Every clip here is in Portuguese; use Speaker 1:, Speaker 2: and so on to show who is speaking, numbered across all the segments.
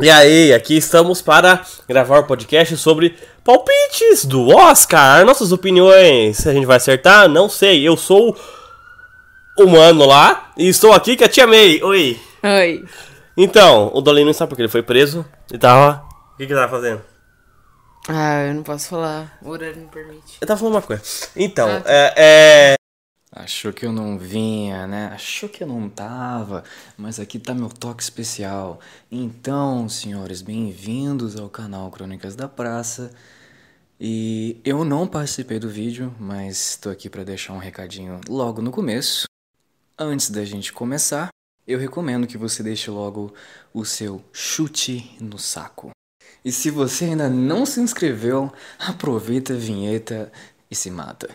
Speaker 1: E aí, aqui estamos para gravar o podcast sobre palpites do Oscar, nossas opiniões. Se a gente vai acertar, não sei. Eu sou humano lá e estou aqui que a tia May. Oi.
Speaker 2: Oi.
Speaker 1: Então, o Dolin não sabe porque ele foi preso e tava. O que que ele tava fazendo?
Speaker 2: Ah, eu não posso falar. O horário não permite.
Speaker 1: Ele tava falando uma coisa. Então,
Speaker 2: Ah.
Speaker 1: é, é.
Speaker 3: Achou que eu não vinha, né? Achou que eu não tava, mas aqui tá meu toque especial. Então, senhores, bem-vindos ao canal Crônicas da Praça. E eu não participei do vídeo, mas tô aqui pra deixar um recadinho logo no começo. Antes da gente começar, eu recomendo que você deixe logo o seu chute no saco. E se você ainda não se inscreveu, aproveita a vinheta e se mata.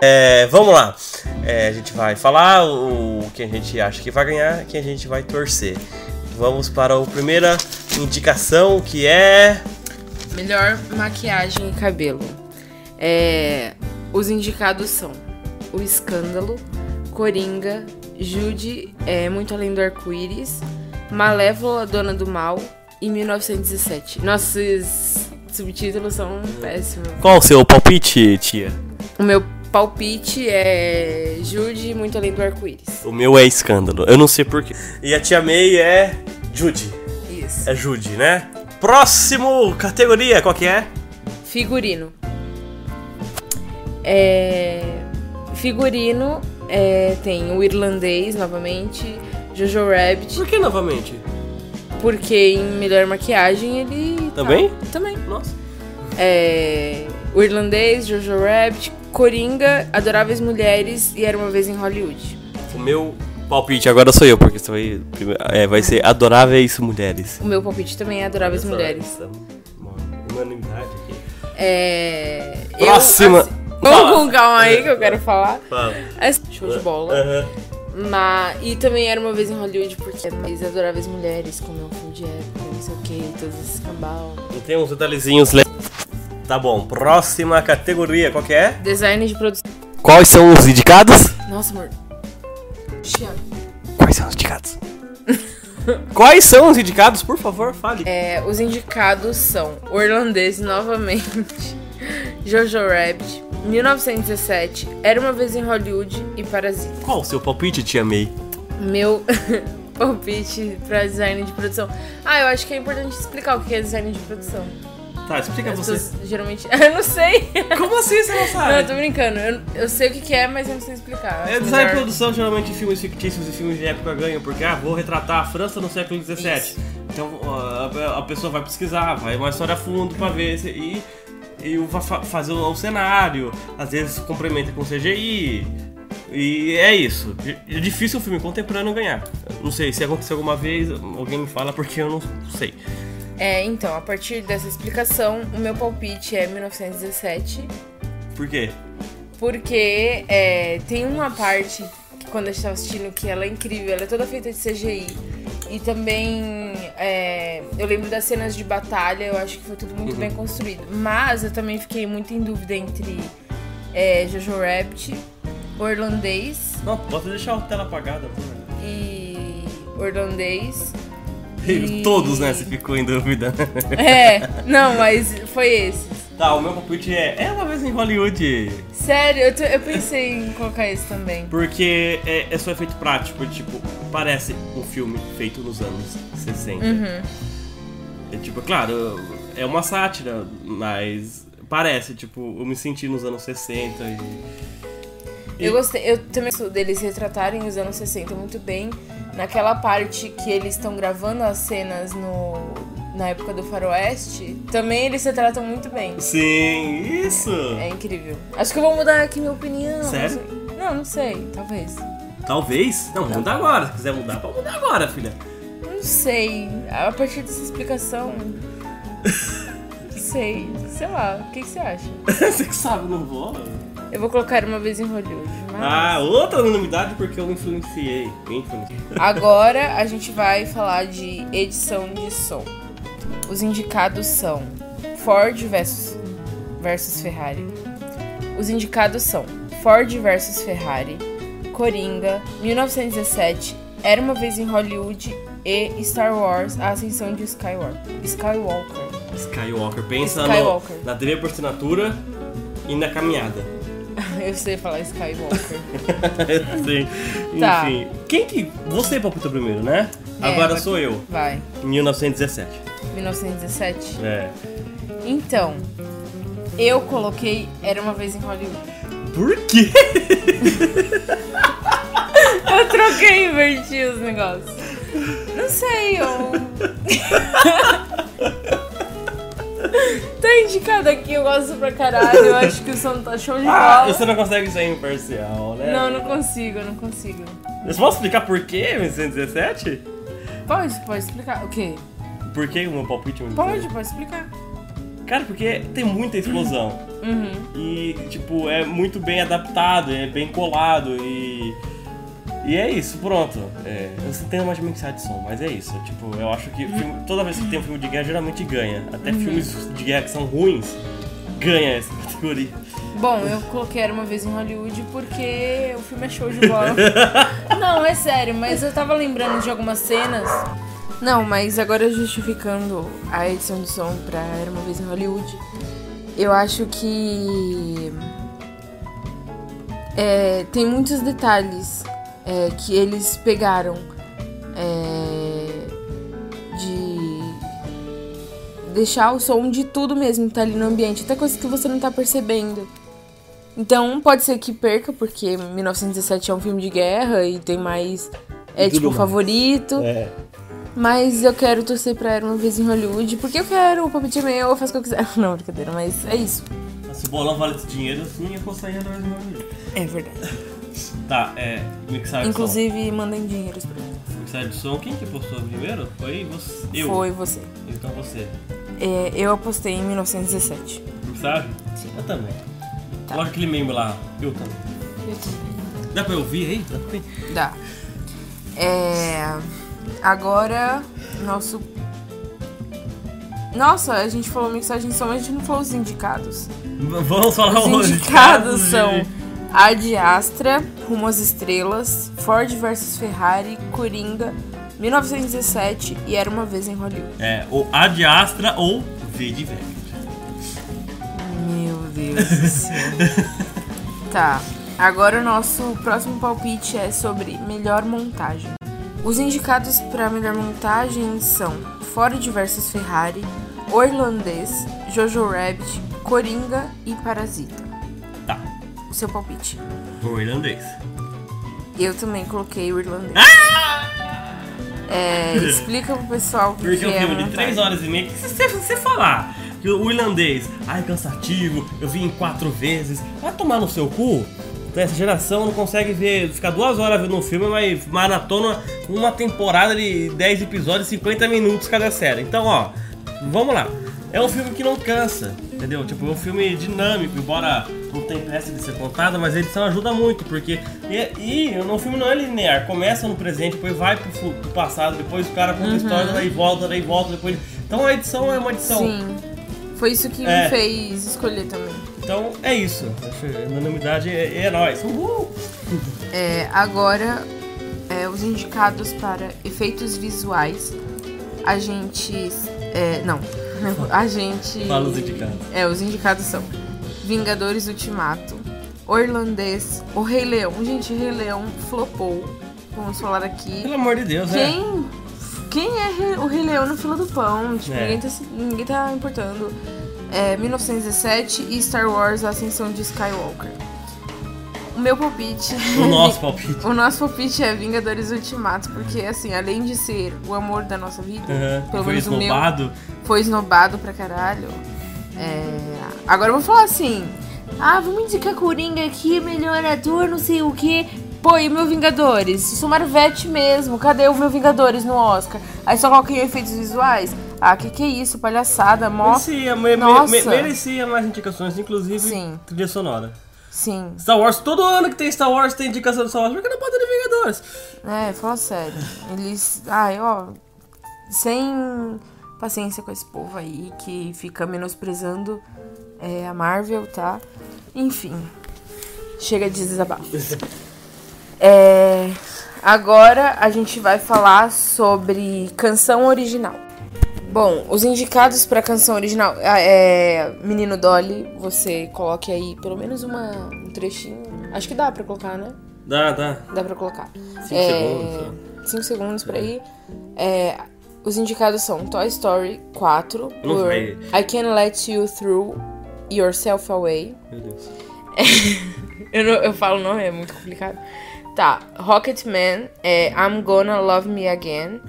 Speaker 1: É, vamos lá. É, a gente vai falar o, o que a gente acha que vai ganhar, quem a gente vai torcer. Vamos para a primeira indicação que é.
Speaker 2: Melhor maquiagem e cabelo. É, os indicados são O Escândalo, Coringa, Jude, é, Muito Além do Arco-Íris, Malévola, Dona do Mal e 1907. Nossos subtítulos são péssimos.
Speaker 1: Qual o seu palpite, tia?
Speaker 2: O meu palpite é Jude, Muito Além do Arco-Íris.
Speaker 1: O meu é escândalo, eu não sei porquê. E a tia May é. Judy.
Speaker 2: Isso.
Speaker 1: É Judy, né? Próximo categoria, qual que é?
Speaker 2: Figurino. É, Figurino é, tem o irlandês novamente, Jojo Rabbit,
Speaker 1: Por que novamente?
Speaker 2: porque em melhor maquiagem ele. tá-
Speaker 1: Também?
Speaker 2: também.
Speaker 1: Nossa.
Speaker 2: É, O irlandês, Jojo Rabbit, Coringa, Adoráveis Mulheres e Era uma Vez em Hollywood.
Speaker 1: O meu palpite agora sou eu, porque isso aí é, vai ser Adoráveis Mulheres.
Speaker 2: O meu palpite também é Adoráveis Mulheres.
Speaker 1: Unanimidade aqui.
Speaker 2: É. eu,
Speaker 1: Próxima.
Speaker 2: assim- Vamos com calma aí que eu quero falar.
Speaker 1: Fala.
Speaker 2: É show de bola.
Speaker 1: Aham.
Speaker 2: Mas, e também era uma vez em Hollywood, porque eles adoravam as mulheres, comiam food de época, não sei o que, todos esses cambal.
Speaker 1: E Tem uns detalhezinhos le... Tá bom, próxima categoria, qual que é?
Speaker 2: Design de produção.
Speaker 1: Quais são os indicados?
Speaker 2: Nossa, amor. Chiano.
Speaker 1: Quais são os indicados? Quais são os indicados? Por favor, fale.
Speaker 2: É, os indicados são o irlandês novamente, Jojo Rabbit, 1917, Era uma vez em Hollywood e Parasita.
Speaker 1: Qual o seu palpite, Tia May?
Speaker 2: Meu palpite pra design de produção. Ah, eu acho que é importante explicar o que é design de produção.
Speaker 1: Tá, explica
Speaker 2: As pessoas geralmente. Eu não sei.
Speaker 1: Como assim você não
Speaker 2: Não, eu
Speaker 1: sabe?
Speaker 2: tô brincando. Eu, eu sei o que, que é, mas eu não sei explicar. Assim, né?
Speaker 1: É
Speaker 2: Acho
Speaker 1: design e
Speaker 2: melhor-
Speaker 1: produção, geralmente filmes fictícios e filmes de época ganham, porque, ah, vou retratar a França no século XVII.
Speaker 2: Isso.
Speaker 1: Então a, a pessoa vai pesquisar, vai uma história a fundo pra ver se- e, e vai fa- fazer o, o cenário, às vezes complementa com CGI. E é isso. D- É difícil o filme contemporâneo ganhar. Não sei, se aconteceu alguma vez, alguém me fala porque eu não sei.
Speaker 2: É, então, a partir dessa explicação, o meu palpite é 1917,
Speaker 1: Por quê?
Speaker 2: porque é, tem uma parte que quando a gente tava assistindo que ela é incrível, ela é toda feita de CGI. E também é, eu lembro das cenas de batalha, eu acho que foi tudo
Speaker 1: Uhum.
Speaker 2: muito bem construído. Mas eu também fiquei muito em dúvida entre é, Jojo Rabbit, o irlandês
Speaker 1: Não, pode deixar a tela apagada. pô. né?
Speaker 2: e. o irlandês. E-
Speaker 1: Todos, né? Você ficou em dúvida.
Speaker 2: É, não, mas foi esses.
Speaker 1: tá, o meu palpite é. É uma vez em Hollywood.
Speaker 2: Sério, eu, tô- eu pensei em colocar esse também.
Speaker 1: Porque é, é só efeito prático, tipo, parece um filme feito nos anos 60. É tipo, claro, é uma sátira, mas parece, tipo, eu me senti nos anos 60 e.
Speaker 2: Eu gostei, eu também sou deles retratarem os anos 60 muito bem. Naquela parte que eles estão gravando as cenas no, na época do Faroeste, também eles se tratam muito bem.
Speaker 1: Sim, isso!
Speaker 2: É incrível. Acho que eu vou mudar aqui minha opinião.
Speaker 1: Sério?
Speaker 2: Não, não sei, talvez.
Speaker 1: Talvez. Não, muda agora. Se quiser mudar, pode mudar agora, filha.
Speaker 2: Não sei. A partir dessa explicação. Não sei. Sei lá, o que, que você acha?
Speaker 1: Você que sabe, não vou.
Speaker 2: Eu vou colocar uma vez em Hollywood. Mas...
Speaker 1: Ah, outra unanimidade porque eu influenciei. Me influenciei.
Speaker 2: Agora a gente vai falar de edição de som. Os indicados são Ford versus, versus Ferrari. Os indicados são Ford versus Ferrari, Coringa, 1917, Era uma vez em Hollywood e Star Wars: A Ascensão de Skywalker. Skywalker.
Speaker 1: Skywalker. Pensa no-
Speaker 2: Skywalker.
Speaker 1: na TV por assinatura e na caminhada.
Speaker 2: Eu sei falar Skywalker.
Speaker 1: Sim.
Speaker 2: Tá.
Speaker 1: Enfim. Quem que. Você palpitou primeiro, né?
Speaker 2: É,
Speaker 1: Agora
Speaker 2: vai-
Speaker 1: sou eu.
Speaker 2: Vai.
Speaker 1: 1917.
Speaker 2: 1917.
Speaker 1: É.
Speaker 2: Então, eu coloquei Era uma vez em Hollywood.
Speaker 1: Por quê?
Speaker 2: Eu troquei, inverti os negócios. Não sei, eu. tá indicado aqui, eu gosto pra caralho. Eu acho que o som tá show de
Speaker 1: Ah,
Speaker 2: bola.
Speaker 1: você não consegue ser imparcial, né?
Speaker 2: Não, não consigo, eu não consigo.
Speaker 1: Você pode explicar por que 1917?
Speaker 2: Pode, pode explicar. O quê?
Speaker 1: Por que o meu palpite é 1917?
Speaker 2: Pode, pode explicar.
Speaker 1: Cara, porque tem muita explosão.
Speaker 2: Uhum.
Speaker 1: E, tipo, é muito bem adaptado, é bem colado e. E é isso, pronto. É, eu não tenho mais de mixar de som, mas é isso. Tipo, eu acho que
Speaker 2: Uhum.
Speaker 1: filme- toda vez que tem um filme de guerra, geralmente ganha. Até filmes de guerra que são ruins, ganha essa categoria.
Speaker 2: Bom, eu coloquei Era Uma Vez em Hollywood porque o filme é show de bola. Não, é sério, mas eu tava lembrando de algumas cenas. Não, mas agora justificando a edição de som pra Era Uma Vez em Hollywood, eu acho que... é, tem muitos detalhes é, que eles pegaram é, de deixar o som de tudo mesmo que tá ali no ambiente, até coisas que você não tá percebendo. Então, pode ser que perca, porque 1917 é um filme de guerra e tem mais. É
Speaker 1: Tudo
Speaker 2: tipo o
Speaker 1: mais.
Speaker 2: favorito.
Speaker 1: É.
Speaker 2: Mas eu quero torcer pra Era uma vez em Hollywood, porque eu quero o Puppet Mail, eu faço o que eu quiser. Não, brincadeira, mas é isso.
Speaker 1: Se o bolão vale esse dinheiro, assim eu conseguiria dar uma olhada.
Speaker 2: É verdade.
Speaker 1: Tá, é. Mixar de
Speaker 2: Inclusive, mandem dinheiros pra mim.
Speaker 1: som. Mixar de som, quem que postou primeiro? Foi você. Eu.
Speaker 2: Foi você.
Speaker 1: Então você.
Speaker 2: É, eu apostei em 1917.
Speaker 1: Sabe? Eu também.
Speaker 2: Tá.
Speaker 1: Olha aquele meme lá. Eu também. Dá pra ouvir aí? Dá pra ouvir?
Speaker 2: Dá. É. Agora, nosso. Nossa, a gente falou mixagem só, mas a gente não falou os indicados.
Speaker 1: V- Vamos falar
Speaker 2: Os
Speaker 1: hoje.
Speaker 2: indicados são A de Astra, Rumo às Estrelas, Ford vs Ferrari, Coringa, 1917 e Era Uma Vez em Hollywood.
Speaker 1: É, ou A de Astra ou V de Velho.
Speaker 2: Meu Deus do céu. tá, agora o nosso próximo palpite é sobre melhor montagem. Os indicados para melhor montagem são Ford vs Ferrari, O Irlandês, Jojo Rabbit, Coringa e Parasita.
Speaker 1: Tá,
Speaker 2: O seu palpite?
Speaker 1: o irlandês.
Speaker 2: Eu também coloquei o irlandês. É, explica pro pessoal o que,
Speaker 1: Ah! Porque
Speaker 2: que
Speaker 1: é um
Speaker 2: é
Speaker 1: filme
Speaker 2: montagem.
Speaker 1: de 3 horas e meia. que Se você- se você falar que o irlandês, ai, cansativo, eu vi em 4 vezes, vai tomar no seu cu? Então, Essa geração não consegue ver, ficar duas horas vendo um filme, mas maratona uma temporada de 10 episódios, 50 minutos cada série. Então, ó, vamos lá. É um filme que não cansa, entendeu? Tipo, é um filme dinâmico, embora não tenha pressa de ser contado, mas a edição ajuda muito, porque. E, e o filme não é linear, começa no presente, depois vai pro, fu- pro passado, depois o cara conta a história, daí volta, daí volta, depois. Então a edição é uma edição.
Speaker 2: Uhum. Sim. Foi isso que
Speaker 1: É.
Speaker 2: me fez escolher também.
Speaker 1: Então é isso. Acho que A unanimidade é, é nóis. Uhul!
Speaker 2: É, agora, é, os indicados para efeitos visuais, a gente. é, não, a gente.
Speaker 1: Fala os indicados.
Speaker 2: É, os indicados são Vingadores Ultimato, O Irlandês, O Rei Leão. Gente, Rei Leão flopou. Vamos falar aqui.
Speaker 1: Pelo amor de Deus, né?
Speaker 2: Quem, quem é re- o Rei Leão no fila do pão? Tipo,
Speaker 1: É.
Speaker 2: ninguém, tá, se- ninguém tá importando. É, 1917 e Star Wars A Ascensão de Skywalker. O meu palpite.
Speaker 1: O nosso palpite.
Speaker 2: O nosso palpite é Vingadores Ultimato, porque assim, além de ser o amor da nossa vida,
Speaker 1: Uhum.
Speaker 2: pelo
Speaker 1: Foi
Speaker 2: menos o meu,
Speaker 1: esnobado.
Speaker 2: foi esnobado pra caralho. É, Agora eu vou falar assim. Ah, vamos indicar Coringa aqui, melhor ator, não sei o quê. Pô, e o meu Vingadores? Isso é Marvete mesmo. Cadê o meu Vingadores no Oscar? Aí só coloquei efeitos visuais. Ah, que que é isso? Palhaçada, mó.
Speaker 1: Merecia, me- me-
Speaker 2: Nossa.
Speaker 1: me- merecia mais indicações, inclusive
Speaker 2: Sim.
Speaker 1: trilha sonora.
Speaker 2: Sim.
Speaker 1: Star Wars, todo ano que tem Star Wars tem indicação de Star Wars, porque não pode ter Vingadores.
Speaker 2: É, fala sério. Eles. Ai, ó. Sem paciência com esse povo aí que fica menosprezando é a Marvel, tá? Enfim, chega de desabafo. É, agora a gente vai falar sobre canção original. Bom, os indicados pra canção original ah, é Menino Dolly, você coloque aí pelo menos uma, um trechinho. Acho que dá pra colocar, né?
Speaker 1: Dá, dá.
Speaker 2: Dá pra colocar.
Speaker 1: Cinco segundos,
Speaker 2: 5 segundos pra ir. É, os indicados são Toy Story 4,
Speaker 1: Eu não
Speaker 2: por
Speaker 1: sei.
Speaker 2: I Can't Let You Through, Yourself Away.
Speaker 1: Meu Deus.
Speaker 2: Eu, não- eu falo não, é muito complicado. Tá, Rocketman, é, I'm Gonna Love Me Again,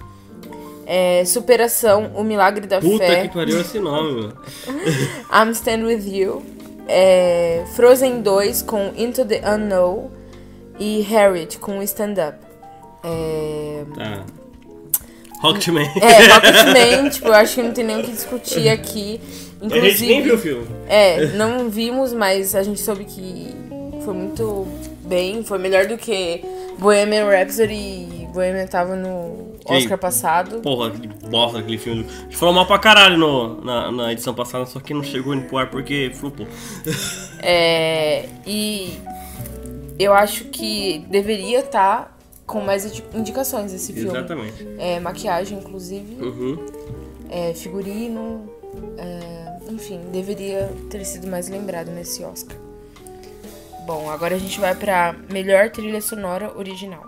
Speaker 2: é, Superação, O Milagre da
Speaker 1: Puta
Speaker 2: Fé,
Speaker 1: que pariu esse nome, mano.
Speaker 2: I'm Stand With You, é, Frozen 2 com Into the Unknown e Harriet com Stand Up. É,
Speaker 1: Tá. Rocketman.
Speaker 2: é, Rocketman, tipo, eu acho que não tem nem o que discutir aqui.
Speaker 1: A
Speaker 2: Inclusive,
Speaker 1: gente nem viu o filme.
Speaker 2: É, não vimos, mas a gente soube que foi muito bem, foi melhor do que Bohemian Rhapsody e Bohemian tava no
Speaker 1: Sim.
Speaker 2: Oscar passado.
Speaker 1: Porra, que bosta aquele filme. A gente falou mal pra caralho no, na, na edição passada, só que não chegou indo pro ar porque flopou.
Speaker 2: É, e eu acho que deveria estar com mais indi- indicações esse filme.
Speaker 1: Exatamente.
Speaker 2: É, maquiagem, inclusive,
Speaker 1: Uhum.
Speaker 2: é, figurino, é, enfim, deveria ter sido mais lembrado nesse Oscar. Bom, agora a gente vai pra melhor trilha sonora original.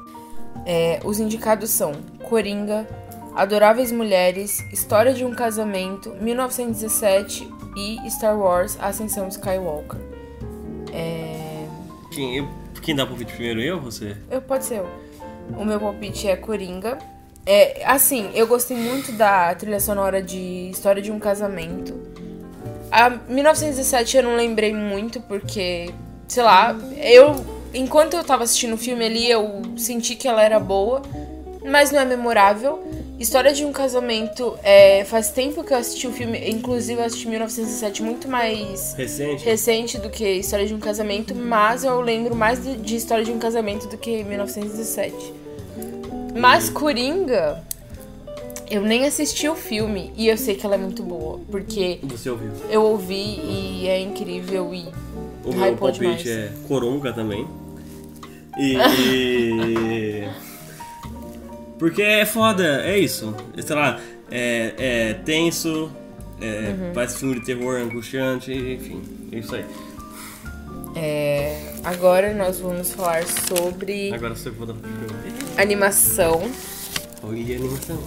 Speaker 2: É, os indicados são Coringa, Adoráveis Mulheres, História de um Casamento, 1917 e Star Wars A Ascensão de Skywalker.
Speaker 1: Quem, eu- quem dá pro vídeo primeiro? Eu ou você?
Speaker 2: Eu, pode ser eu. O meu palpite é Coringa. É, assim, eu gostei muito da trilha sonora de História de um Casamento. A 1917 eu não lembrei muito, porque, sei lá, eu. Enquanto eu tava assistindo o filme ali, eu senti que ela era boa, mas não é memorável. História de um Casamento, é, faz tempo que eu assisti o filme, inclusive eu assisti 1917 muito mais
Speaker 1: Recente?
Speaker 2: recente do que História de um Casamento, mas eu lembro mais de, de História de um Casamento do que 1917. Mas Coringa, eu nem assisti o filme e eu sei que ela é muito boa, porque
Speaker 1: Você ouviu.
Speaker 2: eu ouvi e é incrível e
Speaker 1: O meu
Speaker 2: hypou demais.
Speaker 1: palpite é Coronga também. E. Porque é foda, é isso. Sei lá, é, é tenso, é,
Speaker 2: Uhum.
Speaker 1: parece filme de terror angustiante, enfim, é isso aí.
Speaker 2: É, agora nós vamos falar sobre
Speaker 1: Agora você vou dar pro filme.
Speaker 2: animação
Speaker 1: Olha a animação.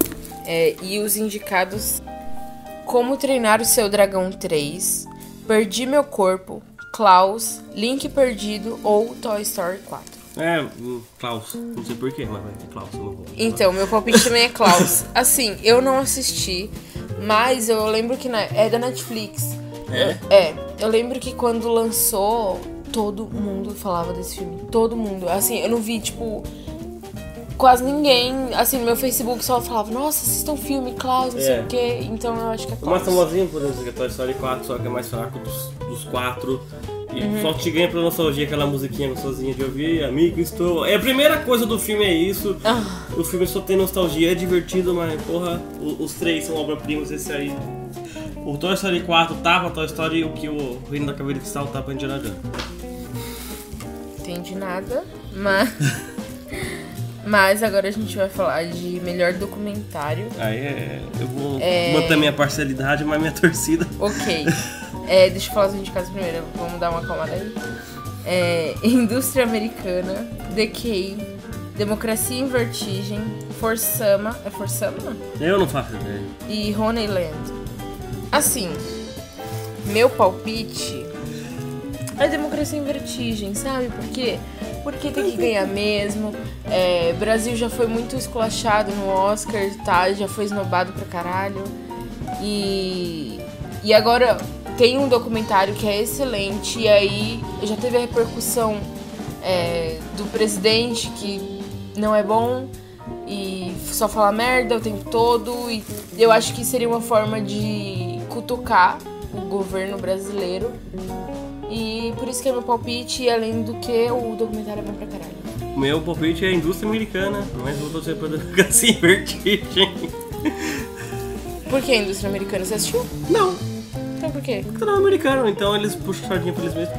Speaker 2: é, e os indicados Como Treinar o Seu Dragão 3, Perdi Meu Corpo, Klaus, Link Perdido ou Toy Story 4.
Speaker 1: É, hum, Klaus. Não sei porquê, mas é Klaus, eu não vou.
Speaker 2: Então, meu palpite também é Klaus. Assim, eu não assisti, mas eu lembro que na- é da Netflix.
Speaker 1: É?
Speaker 2: É, eu lembro que quando lançou, todo mundo falava desse filme. Todo mundo. Assim, eu não vi, tipo, quase ninguém. Assim, no meu Facebook só falava, nossa, assistam o filme, Klaus, não sei
Speaker 1: É.
Speaker 2: o quê. Então eu acho que é
Speaker 1: O mais
Speaker 2: Klaus.
Speaker 1: famosinho, por exemplo, é Toy Story 4, só que é mais fraco dos, dos quatro. E só te ganha pra nostalgia aquela musiquinha gostosinha de ouvir, amigo, estou. É a primeira coisa do filme, é isso.
Speaker 2: Ah.
Speaker 1: O filme só tem nostalgia, é divertido, mas porra, o- os três são obra-primas, esse aí. O Toy Story 4 tava Toy Story e o que o Reino da Caveira de Cristal tava Indiana Jones.
Speaker 2: Entendi nada, mas. mas agora a gente vai falar de melhor documentário.
Speaker 1: Aí é, eu vou manter minha parcialidade, mas minha torcida.
Speaker 2: Ok. É, deixa eu falar os indicados primeiro, vamos dar uma calma aí. É, Indústria Americana, Decay, Democracia em Vertigem, Forsama. É Forsama?
Speaker 1: Eu não faço ideia.
Speaker 2: E Honeyland. Assim, meu palpite é Democracia em Vertigem, sabe? Por quê? Porque tem que ganhar mesmo. É, Brasil já foi muito esculachado no Oscar, tá? Já foi esnobado pra caralho. E, e agora tem um documentário que é excelente. E aí já teve a repercussão é, do presidente que não é bom e só fala merda o tempo todo. E eu acho que seria uma forma de cutucar o governo brasileiro. E por isso que é meu palpite, e além do que o documentário é bom pra caralho.
Speaker 1: Meu palpite é a indústria americana, mas eu vou torcer pra democracia em vertigem.
Speaker 2: Por que a indústria americana? Você assistiu?
Speaker 1: Não.
Speaker 2: Então por quê?
Speaker 1: Canal americano, então eles puxam sardinha pra eles mesmos.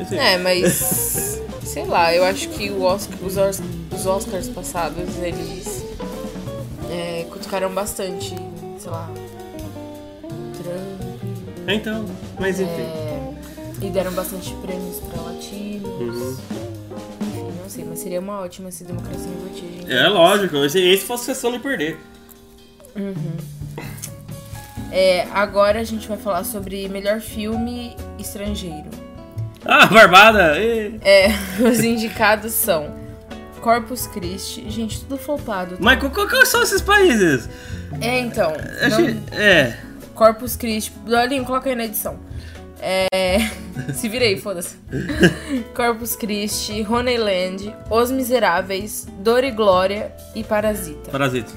Speaker 1: Esse-
Speaker 2: É, mas. sei lá, eu acho que o Oscar- os, Os- os Oscars passados, eles. É, cutucaram bastante, sei lá. Trump.
Speaker 1: Então, mas enfim.
Speaker 2: É, e deram bastante prêmios pra latinos.
Speaker 1: Uhum.
Speaker 2: Enfim, não sei, mas seria uma ótima se democracia invertida, gente.
Speaker 1: É lógico, esse, esse foi a sucessão de perder.
Speaker 2: É, agora a gente vai falar sobre melhor filme estrangeiro.
Speaker 1: Ah, barbada! ê.
Speaker 2: É, os indicados são Corpus Christi, gente, tudo flopado.
Speaker 1: Mas qual- qual- quais são esses países?
Speaker 2: É, então.
Speaker 1: Eu
Speaker 2: não-
Speaker 1: achei- É.
Speaker 2: Corpus Christi. Dolinho, coloca aí na edição. É. Se virei, foda-se. Corpus Christi, Honeyland, Os Miseráveis, Dor e Glória e Parasita.
Speaker 1: Parasita.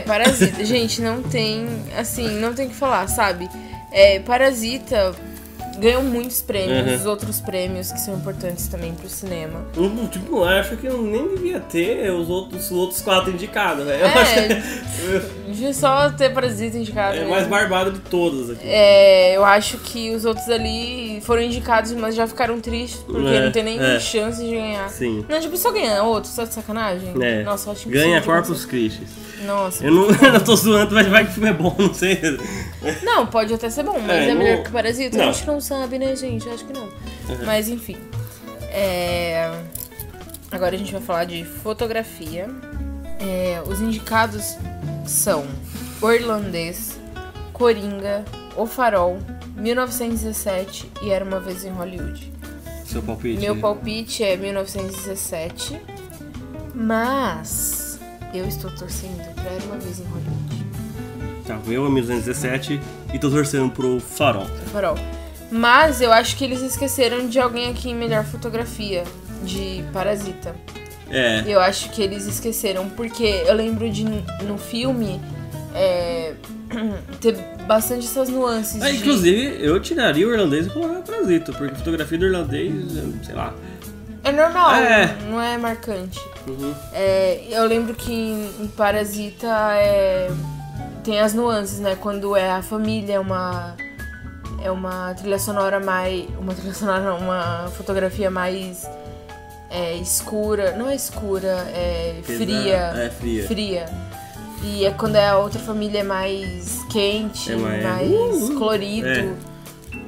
Speaker 2: Parasita, gente, não tem. Assim, não tem o que falar, sabe? É, Parasita ganhou muitos prêmios,
Speaker 1: Uhum.
Speaker 2: os outros prêmios que são importantes também pro cinema.
Speaker 1: Eu, não- tipo, eu acho que eu nem devia ter os outros, os outros quatro indicados, né? Eu acho que
Speaker 2: É, de só ter Parasita indicado.
Speaker 1: é
Speaker 2: né?
Speaker 1: mais barbado de todas aqui.
Speaker 2: É, eu acho que os outros ali foram indicados, mas já ficaram tristes, porque
Speaker 1: É,
Speaker 2: não tem nem
Speaker 1: é.
Speaker 2: chance de ganhar.
Speaker 1: Sim.
Speaker 2: Não, tipo, só ganha outro, só de sacanagem.
Speaker 1: É.
Speaker 2: Nossa, eu acho que
Speaker 1: Ganha Corpus Christi.
Speaker 2: Nossa.
Speaker 1: Eu não, eu não tô zoando, mas vai que o filme é bom, não sei.
Speaker 2: Não, pode até ser bom, mas
Speaker 1: É,
Speaker 2: é,
Speaker 1: não-
Speaker 2: melhor que Parasita.
Speaker 1: não.
Speaker 2: A gente não sabe, né, gente? Acho que não. Mas enfim. É, Agora a gente vai falar de fotografia. É, Os indicados são O Irlandês, Coringa, O Farol, 1917 e Era Uma Vez em Hollywood.
Speaker 1: Seu palpite.
Speaker 2: Meu palpite é 1917, mas eu estou torcendo pra Era Uma Vez em Hollywood.
Speaker 1: Tá, eu é 1917 e tô torcendo pro Farol.
Speaker 2: farol. Mas eu acho que eles esqueceram de alguém aqui em melhor fotografia de Parasita.
Speaker 1: É.
Speaker 2: Eu acho que eles esqueceram, porque eu lembro de no filme é, ter bastante essas nuances.
Speaker 1: Ah,
Speaker 2: de-
Speaker 1: inclusive, eu tiraria o irlandês e colocaria o parasito, porque a fotografia do irlandês, eu- sei lá.
Speaker 2: É normal,
Speaker 1: É.
Speaker 2: não é marcante.
Speaker 1: Uhum.
Speaker 2: É, eu lembro que em, em Parasita é, tem as nuances, né? Quando é a família, é uma. É uma trilha sonora mais. Uma trilha sonora, não, uma fotografia mais é, escura. Não é escura, é
Speaker 1: Pesa-
Speaker 2: fria.
Speaker 1: é, fria.
Speaker 2: E é quando é a outra família é mais quente,
Speaker 1: É mais-
Speaker 2: mais,
Speaker 1: Uh, uh.
Speaker 2: colorido.
Speaker 1: É.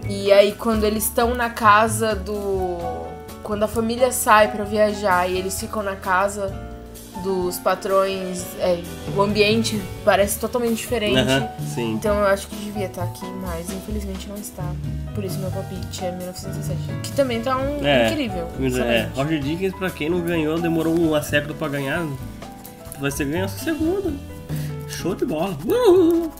Speaker 2: E aí quando eles estão na casa do. Quando a família sai pra viajar e eles ficam na casa dos patrões, é, o ambiente parece totalmente diferente.
Speaker 1: Aham, sim.
Speaker 2: Então eu acho que devia estar aqui, mas infelizmente não está. Por isso meu palpite é 1917. Que também tá um
Speaker 1: É.
Speaker 2: incrível.
Speaker 1: Mas, é,
Speaker 2: excelente.
Speaker 1: Roger Dickens, pra quem não ganhou, demorou uma século pra ganhar. Vai ser ganho essa segunda. Show de bola. Uhul.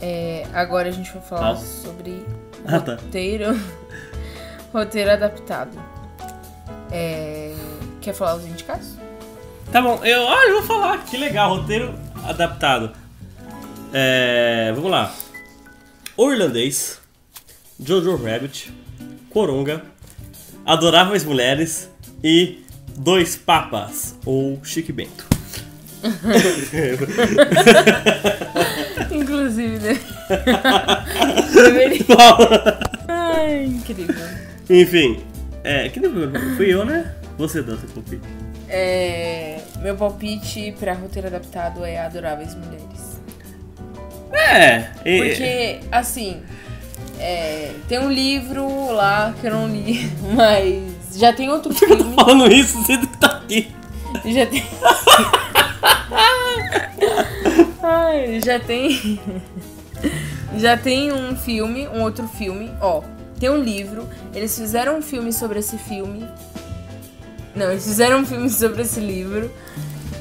Speaker 2: É, agora a gente vai falar
Speaker 1: Ah.
Speaker 2: sobre
Speaker 1: Ah, tá.
Speaker 2: roteiro. roteiro adaptado. É, quer falar os indicados?
Speaker 1: Tá bom, eu, ah, eu vou falar, que legal, roteiro adaptado. É, vamos lá. O Irlandês, Jojo Rabbit, Coronga, Adoráveis Mulheres e Dois Papas, ou Chique Bento.
Speaker 2: Inclusive, né? Deveria- Ai, incrível.
Speaker 1: Enfim, é, que depois- fui eu, né? Você dá seu palpite.
Speaker 2: É, meu palpite pra roteiro adaptado é Adoráveis Mulheres.
Speaker 1: É, e-
Speaker 2: Porque, assim, é, tem um livro lá que eu não li, mas já tem outro filme.
Speaker 1: falando isso, você tá aqui.
Speaker 2: Já tem. Ai, já tem. Já tem um filme, um outro filme, ó. Tem um livro, eles fizeram um filme sobre esse filme. Não, eles fizeram um filme sobre esse livro.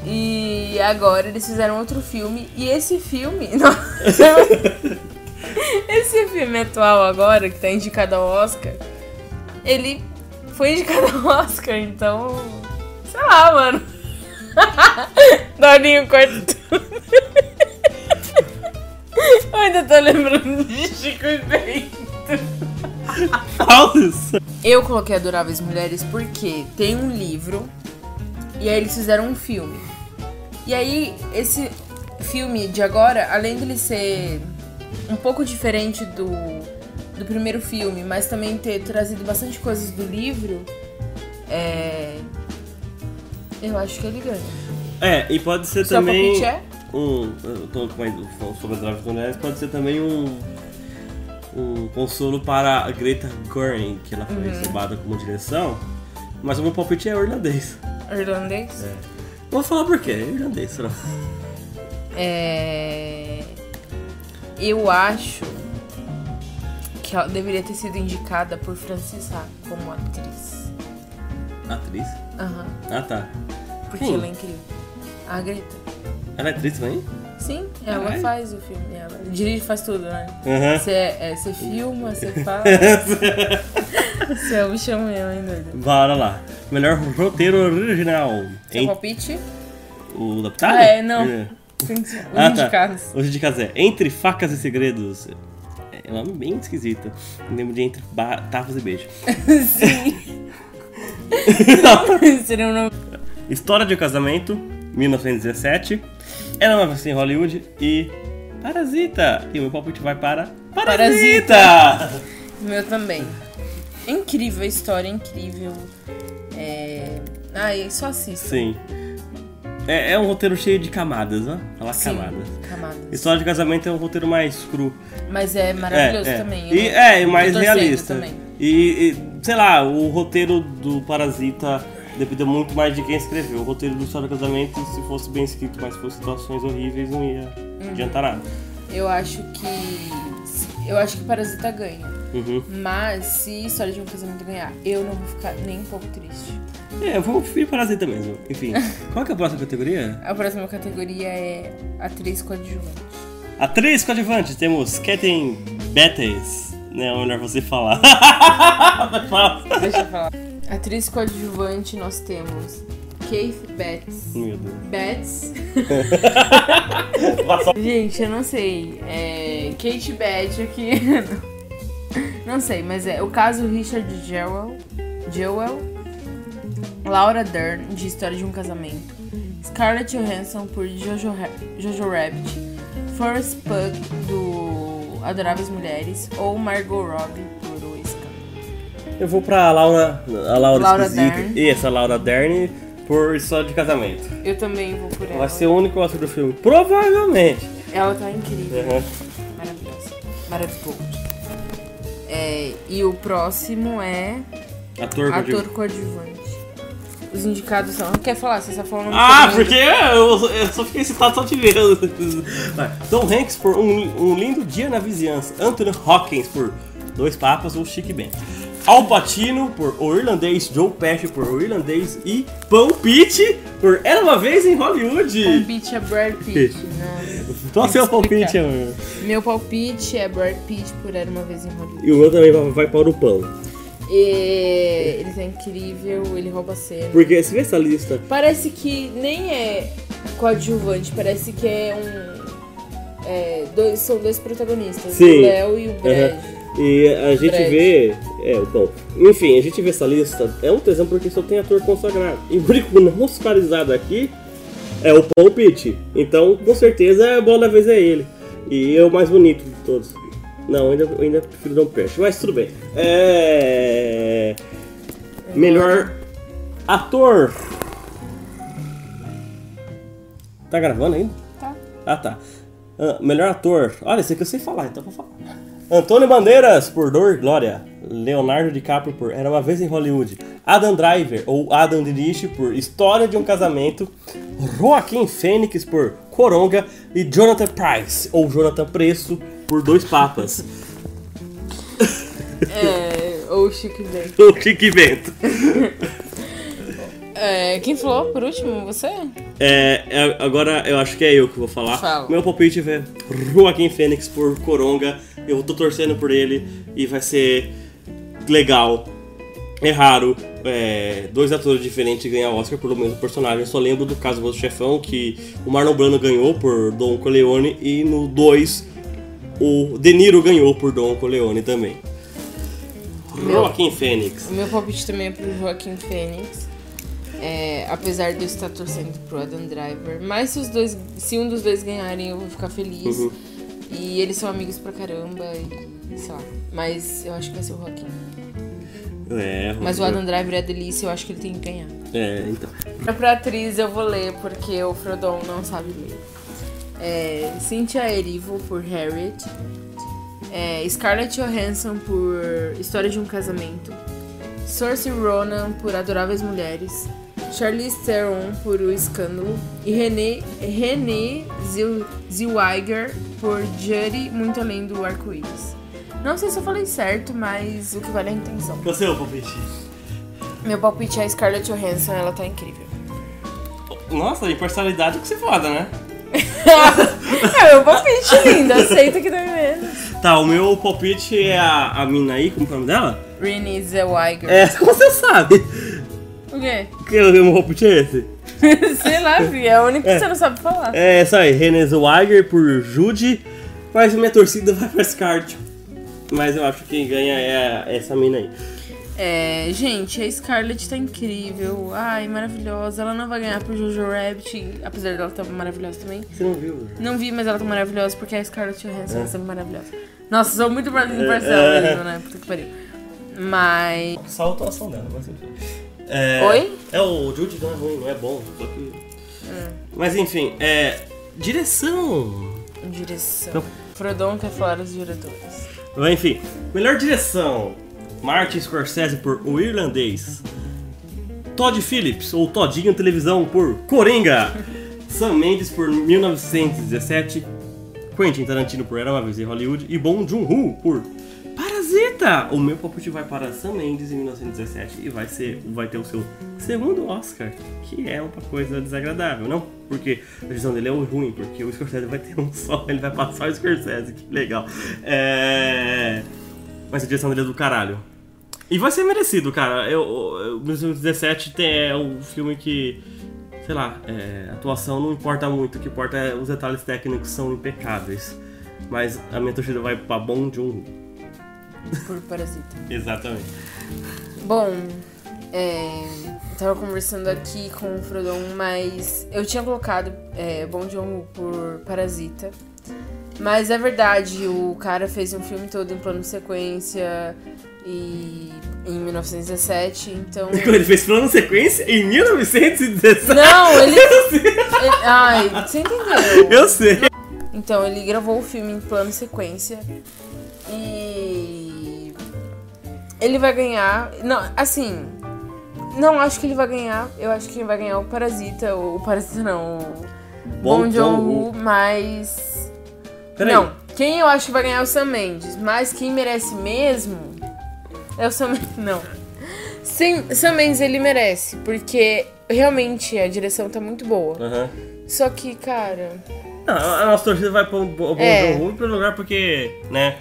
Speaker 2: E agora eles fizeram outro filme. E esse filme. esse filme atual agora, que tá indicado ao Oscar, ele foi indicado ao Oscar, então. Sei lá, mano. Dolinho corta tudo. Eu ainda tô lembrando de Chico e Bento.
Speaker 1: Pausa.
Speaker 2: Eu coloquei Adoráveis Mulheres porque tem um livro e aí eles fizeram um filme. E aí, esse filme de agora, além dele ser um pouco diferente do do primeiro filme, mas também ter trazido bastante coisas do livro, é, eu acho que ele ganha.
Speaker 1: É, e pode ser
Speaker 2: Seu
Speaker 1: também.
Speaker 2: palpite é?
Speaker 1: Um. Eu tô com mais falando sobre a Drive do Ness, pode ser também um. Um consolo para a Greta Gerwig, que ela foi
Speaker 2: Uhum.
Speaker 1: roubada como direção. Mas o meu palpite é irlandês.
Speaker 2: Irlandês?
Speaker 1: Vou falar por quê, é irlandês. será?
Speaker 2: É, Eu acho que ela deveria ter sido indicada por Frances Ha como atriz.
Speaker 1: Atriz?
Speaker 2: Aham.
Speaker 1: Ah, tá.
Speaker 2: Porque
Speaker 1: Quem?
Speaker 2: ela é incrível. A Greta.
Speaker 1: Ela é atriz também?
Speaker 2: Sim, ela
Speaker 1: Caralho.
Speaker 2: faz o filme. Ela dirige faz tudo, né?
Speaker 1: Aham.
Speaker 2: Você é, você filma, você fala. Você é o bichão mesmo, hein, doido?
Speaker 1: Bora lá. Melhor roteiro original.
Speaker 2: Seu
Speaker 1: Em...
Speaker 2: palpite?
Speaker 1: O da Pitália?
Speaker 2: Ah, é, não.
Speaker 1: É.
Speaker 2: Tem que ser. Os
Speaker 1: Ah,
Speaker 2: indicados.
Speaker 1: Tá. Os indicados é Entre Facas e Segredos. É um nome bem esquisito. Eu lembro de Entre ba... Tapas e Beijo.
Speaker 2: Sim. Seria um nome.
Speaker 1: História de um Casamento, 1917. Ela é uma vez em Hollywood e Parasita. E o meu palpite vai para Parasita.
Speaker 2: O Meu também. Incrível a história, incrível. É. Ai, só assista.
Speaker 1: Sim. É, é um roteiro cheio de camadas, né? Falar camadas.
Speaker 2: Camadas.
Speaker 1: História de Casamento é um roteiro mais cru.
Speaker 2: Mas é maravilhoso
Speaker 1: é, é.
Speaker 2: também.
Speaker 1: E,
Speaker 2: eu-
Speaker 1: é, e
Speaker 2: eu
Speaker 1: mais
Speaker 2: tô torcendo
Speaker 1: realista.
Speaker 2: também.
Speaker 1: E, e, sei lá, o roteiro do Parasita dependeu muito mais de quem escreveu. O roteiro do História do Casamento, se fosse bem escrito, mas fosse situações horríveis, não ia
Speaker 2: Uhum.
Speaker 1: adiantar nada.
Speaker 2: Eu acho que. Eu acho que Parasita ganha.
Speaker 1: Uhum.
Speaker 2: Mas se História de um Casamento ganhar, eu não vou ficar nem um pouco triste.
Speaker 1: É, eu vou preferir Parasita mesmo. Enfim, qual que é a próxima categoria?
Speaker 2: A próxima categoria é atriz coadjuvante.
Speaker 1: Atriz coadjuvante, temos Catherine Betes. Né, ou melhor você falar.
Speaker 2: Deixa eu falar. Atriz coadjuvante nós temos Keith Betts.
Speaker 1: Meu Deus.
Speaker 2: Betts.
Speaker 1: Passou.
Speaker 2: Gente, eu não sei. É. Kate Betts aqui. Não sei, mas é o caso Richard Jewell. Jewell. Laura Dern, de História de um Casamento. Scarlett Johansson, por Jojo, Ra- Jojo Rabbit. Forrest Pug, do Adoráveis Mulheres. Ou Margot Robbie, por O Escândalo.
Speaker 1: Eu vou pra Laura. A Laura,
Speaker 2: Laura
Speaker 1: esquisita.
Speaker 2: Dern.
Speaker 1: E essa Laura Dern por História de Casamento.
Speaker 2: Eu também vou por ela.
Speaker 1: Vai ser o único ator do filme. Provavelmente.
Speaker 2: Ela tá incrível.
Speaker 1: Uhum.
Speaker 2: Maravilhosa. Maravilhoso. É, e o próximo é
Speaker 1: Ator,
Speaker 2: ator coadjuvante. Os indicados são. Quer falar? Você está falando.
Speaker 1: Ah, porque eu, eu só fiquei citado só te vendo. Vai. Tom Hanks por um, Um Lindo Dia na Vizinhança. Anthony Hawkins por Dois Papas ou Chique Bem. Al Pacino por O Irlandês. Joe Pesci por O Irlandês. E Pão Pitt por Era Uma Vez em Hollywood.
Speaker 2: Palpite é Brad Pitt. Nossa.
Speaker 1: Qual seu
Speaker 2: Explica.
Speaker 1: palpite, mano?
Speaker 2: Meu palpite é Brad Pitt por Era Uma Vez em Hollywood.
Speaker 1: E o meu também vai- vai para o pão.
Speaker 2: E ele tá incrível, ele rouba cena.
Speaker 1: Porque se vê essa lista.
Speaker 2: Parece que nem é coadjuvante, parece que é um. é, dois, são dois protagonistas,
Speaker 1: Sim.
Speaker 2: o Léo e o Brad.
Speaker 1: Uhum. E a gente
Speaker 2: Brad.
Speaker 1: vê. É, o pão. Enfim, a gente vê essa lista. É um tesão porque só tem ator consagrado. E o único não oscarizado aqui é o Paul Pitt. Então, com certeza, a bola da vez é ele. E é o mais bonito de todos. Não, ainda, ainda prefiro Dom Peixe, mas tudo bem. É. Melhor ator. Tá gravando ainda?
Speaker 2: Tá.
Speaker 1: Ah, tá. Ah, melhor ator. Olha, esse aqui eu sei falar, então eu vou falar. Antônio Bandeiras por Dor e Glória. Leonardo DiCaprio por Era Uma Vez em Hollywood. Adam Driver ou Adam Dirich por História de um Casamento. Joaquim Fênix por Coronga. E Jonathan Price ou Jonathan Preço por Dois Papas.
Speaker 2: É, ou o Chico Bento.
Speaker 1: o que que vento?
Speaker 2: É, quem falou por último? Você?
Speaker 1: É, é, agora eu acho que é eu que vou falar.
Speaker 2: Fala.
Speaker 1: Meu palpite é Joaquim Fênix por Coronga. Eu tô torcendo por ele e vai ser legal. É raro é, dois atores diferentes ganhar Oscar pelo mesmo personagem. Eu só lembro do caso do Chefão, que o Marlon Brando ganhou por Don Corleone e no 2 o De Niro ganhou por Don Corleone também. Joaquim Fênix.
Speaker 2: O meu palpite também é pro Joaquim Fênix. É, apesar de eu estar torcendo pro Adam Driver. Mas se, os dois, se um dos dois ganharem, eu vou ficar feliz. E eles são amigos pra caramba e sei lá. Mas eu acho que vai ser o Joaquim.
Speaker 1: É,
Speaker 2: Mas o Adam Driver é delícia, eu acho que ele tem que ganhar.
Speaker 1: É, então.
Speaker 2: Pra atriz eu vou ler, porque o Frodon não sabe ler. É, Cynthia Erivo por Harriet. É, Scarlett Johansson por História de um Casamento. Saoirse Ronan por Adoráveis Mulheres. Charlize Theron por O Escândalo. E Renée Renée Zil- Zellweger por Judy, Muito Além do Arco-Íris. Não sei se eu falei certo, mas o que vale é a intenção.
Speaker 1: Você é o palpite.
Speaker 2: Meu palpite é Scarlett Johansson, ela tá incrível.
Speaker 1: Nossa, imparcialidade é que se foda, né?
Speaker 2: É meu palpite, lindo. Aceita que dói menos.
Speaker 1: Tá, o meu palpite é a, a mina aí, como é o nome dela?
Speaker 2: Renée Zellweger.
Speaker 1: É, como você sabe?
Speaker 2: O quê?
Speaker 1: Que o meu palpite é esse?
Speaker 2: Sei lá, Vi. É a única que você não sabe falar.
Speaker 1: É essa aí, René Zellweger por Judy, mas minha torcida vai pra Scarlett. Mas eu acho que quem ganha é essa mina aí.
Speaker 2: É, gente, a Scarlett tá incrível. Ai, maravilhosa. Ela não vai ganhar pro Jojo Rabbit, apesar dela tá maravilhosa também.
Speaker 1: Você não viu?
Speaker 2: Não vi, mas ela tá maravilhosa porque a Scarlett Johansson é sempre maravilhosa. Nossa, sou muito brasileiro
Speaker 1: É,
Speaker 2: parcela
Speaker 1: é.
Speaker 2: mesmo, né? Puta que pariu. Mas.
Speaker 1: Só a atuação dela, mas enfim. É,
Speaker 2: Oi?
Speaker 1: É, o Judy não é ruim, não é bom. Só que... Mas enfim, é. Direção.
Speaker 2: Direção.
Speaker 1: Não.
Speaker 2: Frodon quer falar os diretores.
Speaker 1: Enfim, melhor direção: Martin Scorsese por O Irlandês, Todd Phillips ou Todinho Televisão por Coringa, Sam Mendes por 1917, Quentin Tarantino por Era uma Vez em Hollywood e Bong Joon-ho por Parasita. O meu palpite vai para Sam Mendes em 1917 e vai ser, vai ter o seu segundo Oscar, que é uma coisa desagradável, não? Porque a visão dele é o ruim, porque o Scorsese vai ter um só, ele vai passar o Scorsese, que legal. É... Mas a direção dele é do caralho. E vai ser merecido, cara. Eu, eu, 1917 tem, é um filme que, sei lá, é, a atuação não importa muito, o que importa é os detalhes técnicos são impecáveis. Mas a minha torcida vai pra Bom Joon.
Speaker 2: Por Parasita.
Speaker 1: Exatamente.
Speaker 2: Bom, é, eu tava conversando aqui com o Frodon, mas eu tinha colocado é, Bom Joon por Parasita. Mas é verdade, o cara fez um filme todo em plano sequência e em 1917, então.
Speaker 1: E quando ele fez plano sequência em 1917.
Speaker 2: Não, ele. ele- Ai, você entendeu?
Speaker 1: Eu sei.
Speaker 2: Então, ele gravou o filme em plano sequência. E. Ele vai ganhar. Não, assim. Não acho que ele vai ganhar. Eu acho que quem vai ganhar é o Parasita. O o Parasita não. então O
Speaker 1: Bong
Speaker 2: Bong
Speaker 1: Joon-ho.
Speaker 2: Joon-ho, mas.
Speaker 1: Peraí.
Speaker 2: Não. Quem eu acho que vai ganhar é o Sam Mendes. Mas quem merece mesmo. É o Sam Mendes. Não. Sim, Sam Mendes ele merece. Porque realmente a direção tá muito boa.
Speaker 1: Aham.
Speaker 2: Só que, cara.
Speaker 1: Não, a a nossa torcida vai pra um Bom
Speaker 2: É.
Speaker 1: Joon em primeiro lugar porque, né?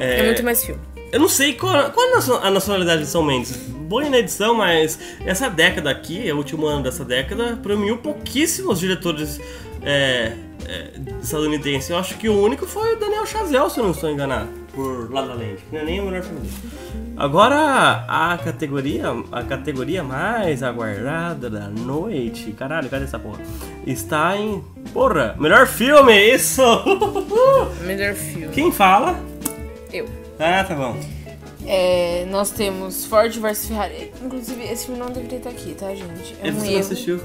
Speaker 2: é muito mais filme.
Speaker 1: Eu não sei qual, qual é a nacio- a nacionalidade de São Mendes. Boa na edição, mas essa década aqui, é o último ano dessa década, premiou pouquíssimos diretores é, é, estadunidenses. Eu acho que o único foi o Daniel Chazelle, se eu não estou enganado, por La La Land. Não é nem o melhor filme dele. Agora, a categoria, a categoria mais aguardada da noite, caralho, cadê essa porra? Está em, porra, melhor filme, isso!
Speaker 2: é Melhor filme.
Speaker 1: Quem fala?
Speaker 2: Eu.
Speaker 1: Ah, tá bom.
Speaker 2: É, nós temos Ford vs Ferrari. Inclusive, esse filme não deveria estar aqui, tá, gente? É um
Speaker 1: Você não
Speaker 2: erro.
Speaker 1: assistiu.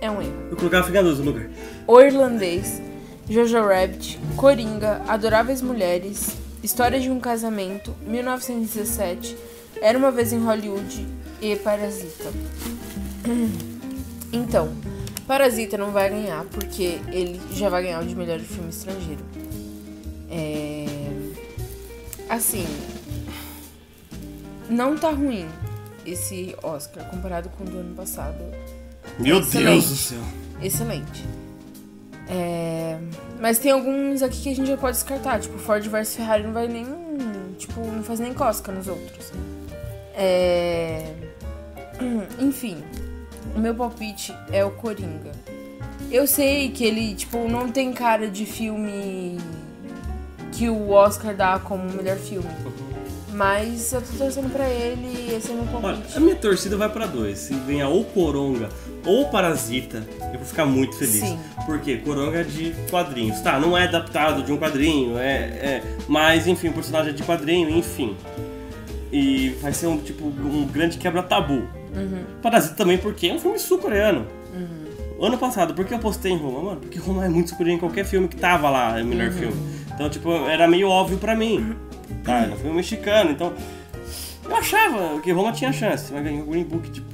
Speaker 2: É um erro.
Speaker 1: Eu colocava Vingadores no lugar.
Speaker 2: O Irlandês, Jojo Rabbit, Coringa, Adoráveis Mulheres, História de um Casamento, 1917, Era uma Vez em Hollywood e Parasita. Então, Parasita não vai ganhar porque ele já vai ganhar o de melhor filme estrangeiro. É... Assim, não tá ruim esse Oscar comparado com o do ano passado
Speaker 1: Meu
Speaker 2: Excelente.
Speaker 1: Deus do céu.
Speaker 2: excelente. É, Mas tem alguns aqui que a gente já pode descartar. Tipo, Ford vs Ferrari não vai nem. Tipo, não faz nem cosca nos outros. né? É... Enfim, o meu palpite é o Coringa. Eu sei que ele, tipo, não tem cara de filme que o Oscar dá como melhor filme. Mas eu tô torcendo pra ele e esse é meu
Speaker 1: Olha,
Speaker 2: palpite.
Speaker 1: a minha torcida vai pra dois. Se ganhar ou Coronga ou Parasita, eu vou ficar muito feliz.
Speaker 2: Sim.
Speaker 1: Porque Coronga é de quadrinhos. Tá, não é adaptado de um quadrinho, é, é- mas enfim, o personagem é de quadrinho, enfim. E vai ser um tipo um grande quebra-tabu. Parasita também porque é um filme sul-coreano. Ano passado, por que eu postei em Roma? Mano, porque Roma é muito sul-coreano em qualquer filme que tava lá, é o melhor filme. Então, tipo, era meio óbvio pra mim. Tá, era um filme mexicano, então. Eu achava que Roma tinha chance, mas ganhou o Green Book, tipo.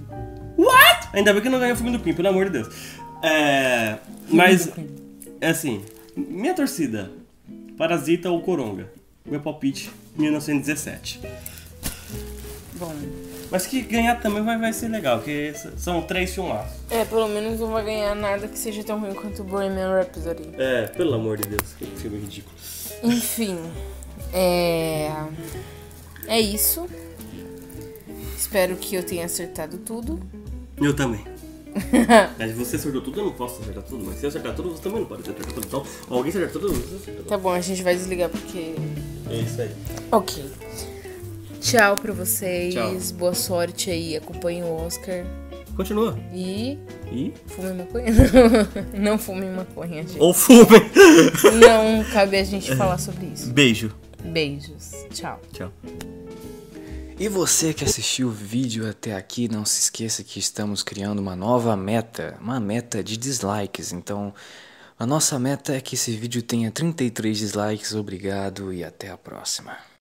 Speaker 1: What? Ainda bem que não ganhou o filme do Pim, pelo amor de Deus. É. Mas. É assim, minha torcida: Parasita ou Coronga? Meu palpite: 1917.
Speaker 2: Bom.
Speaker 1: Mas que ganhar também vai, vai ser legal, porque s- são três filmaços.
Speaker 2: É, pelo menos não vai ganhar nada que seja tão ruim quanto o Bohemian Rhapsody.
Speaker 1: É, pelo amor de Deus, que filme ridículo.
Speaker 2: Enfim, é. É isso. Espero que eu tenha acertado tudo.
Speaker 1: Eu também. Mas você acertou tudo, eu não posso acertar tudo, mas se eu acertar tudo, você também não pode acertar tudo. Então, alguém acertar tudo, você acertou.
Speaker 2: Tá bom, a gente vai desligar porque.
Speaker 1: É isso aí.
Speaker 2: Ok. Tchau pra vocês.
Speaker 1: Tchau.
Speaker 2: Boa sorte aí. Acompanhe o Oscar.
Speaker 1: Continua.
Speaker 2: E
Speaker 1: E.
Speaker 2: fume maconha. Não fume maconha, gente.
Speaker 1: Ou fumem!
Speaker 2: Não cabe a gente falar sobre isso.
Speaker 1: Beijo.
Speaker 2: Beijos. Tchau.
Speaker 1: Tchau.
Speaker 3: E você que assistiu o vídeo até aqui, não se esqueça que estamos criando uma nova meta, uma meta de dislikes. Então, a nossa meta é que esse vídeo tenha 33 dislikes. Obrigado e até a próxima.